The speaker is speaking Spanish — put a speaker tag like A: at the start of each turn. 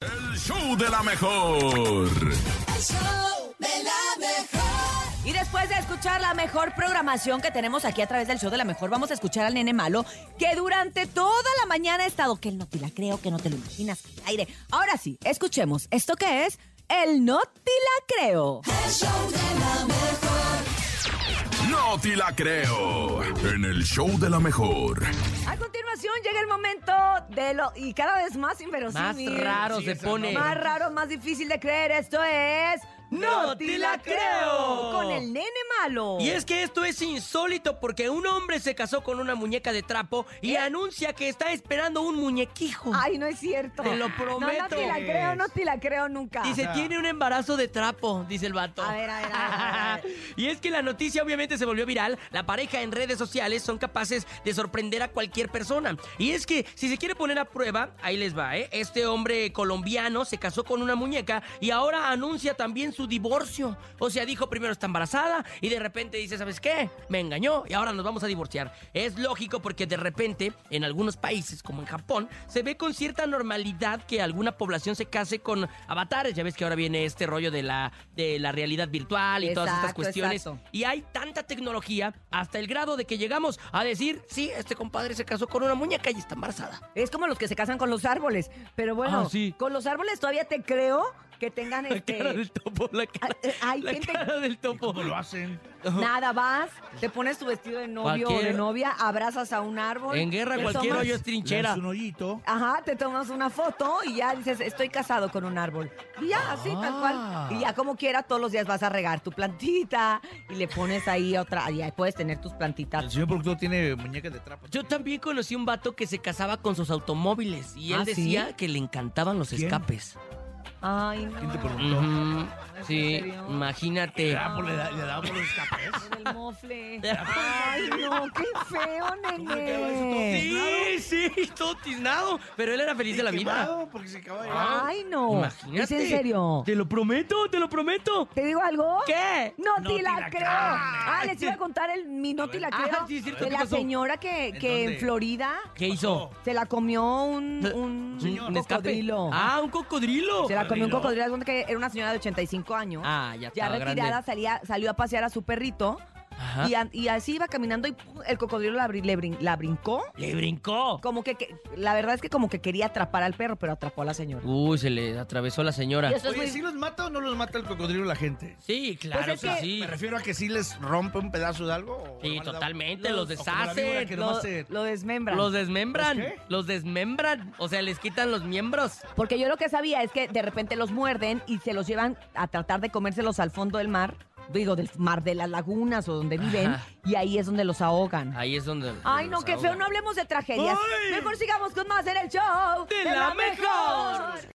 A: El show de la mejor.
B: Y después de escuchar la mejor programación que tenemos aquí a través del show de la mejor, vamos a escuchar al nene malo que durante toda la mañana ha estado que él no te la creo, que no te lo imaginas, que el aire. Ahora sí, escuchemos esto que es el no te la creo.
A: No te la creo. En el show de la mejor.
B: A continuación llega el momento de lo y cada vez más
C: Más
B: inverosímil,
C: raro se pone.
B: más raro, más difícil de creer. Esto es
C: ¡No
B: te
C: te la creo!
B: con el nene malo.
C: Y es que esto es insólito porque un hombre se casó con una muñeca de trapo y anuncia que está esperando un muñequijo.
B: ¿Eh? Ay, no es cierto.
C: Te lo
B: No, no
C: prometo.
B: te la creo, no te la creo nunca.
C: Dice, tiene un embarazo de trapo, dice el vato.
B: A ver, a ver, a ver, a ver.
C: y es que la noticia obviamente se volvió viral. La pareja en redes sociales son capaces de sorprender a cualquier persona. Y es que si se quiere poner a prueba, ahí les va, ¿eh? Este hombre colombiano se casó con una muñeca y ahora anuncia también su divorcio. O sea, dijo primero está embarazada y de repente dice, ¿sabes qué? Me engañó y ahora nos vamos a divorciar. Es lógico porque de repente en algunos países, como en Japón, se ve con cierta normalidad que alguna población se case con avatares. Ya ves que ahora viene este rollo de la, de la realidad virtual y todas estas
B: Exacto,
C: cuestiones.
B: exacto.
C: Y hay tanta tecnología hasta el grado de que llegamos a decir, sí, este compadre se casó con una muñeca y está embarazada.
B: Es como los que se casan con los árboles. Pero bueno,
C: Ah, sí.
B: con los árboles todavía te creo que tengan
C: La cara
B: este.
C: del topo, la cara,
B: eh, Hay
C: la
B: gente.
C: cara del topo.
D: ¿Cómo lo hacen?
B: Nada, vas, te pones tu vestido de novio o de
C: Cualquier-
B: novia, abrazas a un árbol.
C: En guerra
B: te
C: cualquier
B: tomas-
C: hoyo es trinchera.
D: Lanza un hoyito.
B: Ajá, te tomas una foto y ya dices, estoy casado con un árbol. Y ya, así, tal
C: Ah.
B: cual. Y ya como quiera, todos los días vas a regar tu plantita y le pones ahí otra. Y ahí puedes tener tus
D: El
B: plantitas.
D: señor productor tiene muñecas de trapo.
C: Yo también conocí un vato que se casaba con sus automóviles y él
B: ¿Ah, sí?
C: decía que le encantaban los
D: ¿Quién?
C: escapes.
B: Ay, no.
D: ¿Quién te preguntó?
C: Ujú,
B: Ah, ¿Es en
C: Sí,
B: serio?
C: imagínate.
D: Ah, pues le, da- le damos los escapes.
B: En el mofle. Ay, no, qué feo, nene.
C: Sí, sí, todo tiznado, pero él era feliz de la vida.
D: Quemado, Porque se acaba de llegar.
B: Ay, no.
C: Imagínate.
B: ¿Es en serio?
C: Te lo prometo, te lo prometo.
B: ¿Te digo algo?
C: ¿Qué?
B: Oh, No,
D: No
B: te
D: te
B: la creo.
D: la creo.
B: Ah, les iba a contar el mi no te la
C: Ah,
B: creo.
C: sí, cierto,
B: de
C: ¿qué
B: la
C: pasó?
B: señora que,
D: ¿En
B: que en
D: dónde?
B: Florida
C: ¿Qué
D: Oh.
C: hizo?
B: se la comió un, Mm, un,
C: Un escape.
B: cocodrilo.
C: Ah, un cocodrilo.
B: se la comió un
D: cocodrilo.
B: cocodrilo. haz cuenta que era una señora de 85 años.
C: Ah, ya
B: ya
C: estaba
B: retirada,
C: grande.
B: salía, salió a pasear a su perrito.
C: Ajá.
B: Y, an- y así iba caminando y ¡pum! el cocodrilo la, brin- le brin- la brincó.
C: Le brincó.
B: Como que, que- la verdad es que como que quería atrapar al perro, pero atrapó a la señora.
C: Uy, se le atravesó la señora.
B: Y eso es
D: Oye,
B: muy-
D: ¿sí los mata o no los mata el cocodrilo la gente?
C: Sí, claro
B: Pues es
C: que
B: que-
C: sí.
D: Me refiero a que sí les rompe un pedazo de algo. o
C: Sí,
D: nomás le da-
C: totalmente, los
D: o como la
C: deshace,
D: víbora que
B: lo,
D: nomás se-
B: lo desmembran.
C: Los desmembran.
D: ¿Los qué?
C: Los desmembran. O sea, les quitan los miembros.
B: Porque yo lo que sabía es que de repente los muerden y se los llevan a tratar de comérselos al fondo del mar, digo, del mar de las lagunas o donde viven,
C: Ajá.
B: y ahí es donde los ahogan.
C: Ahí es donde.
B: Mm. Ay, no,
C: los
B: qué
C: ahogan.
B: feo, no hablemos de tragedias.
C: ¡Ay!
B: Mejor sigamos con más en el show
C: ¡De la mejor!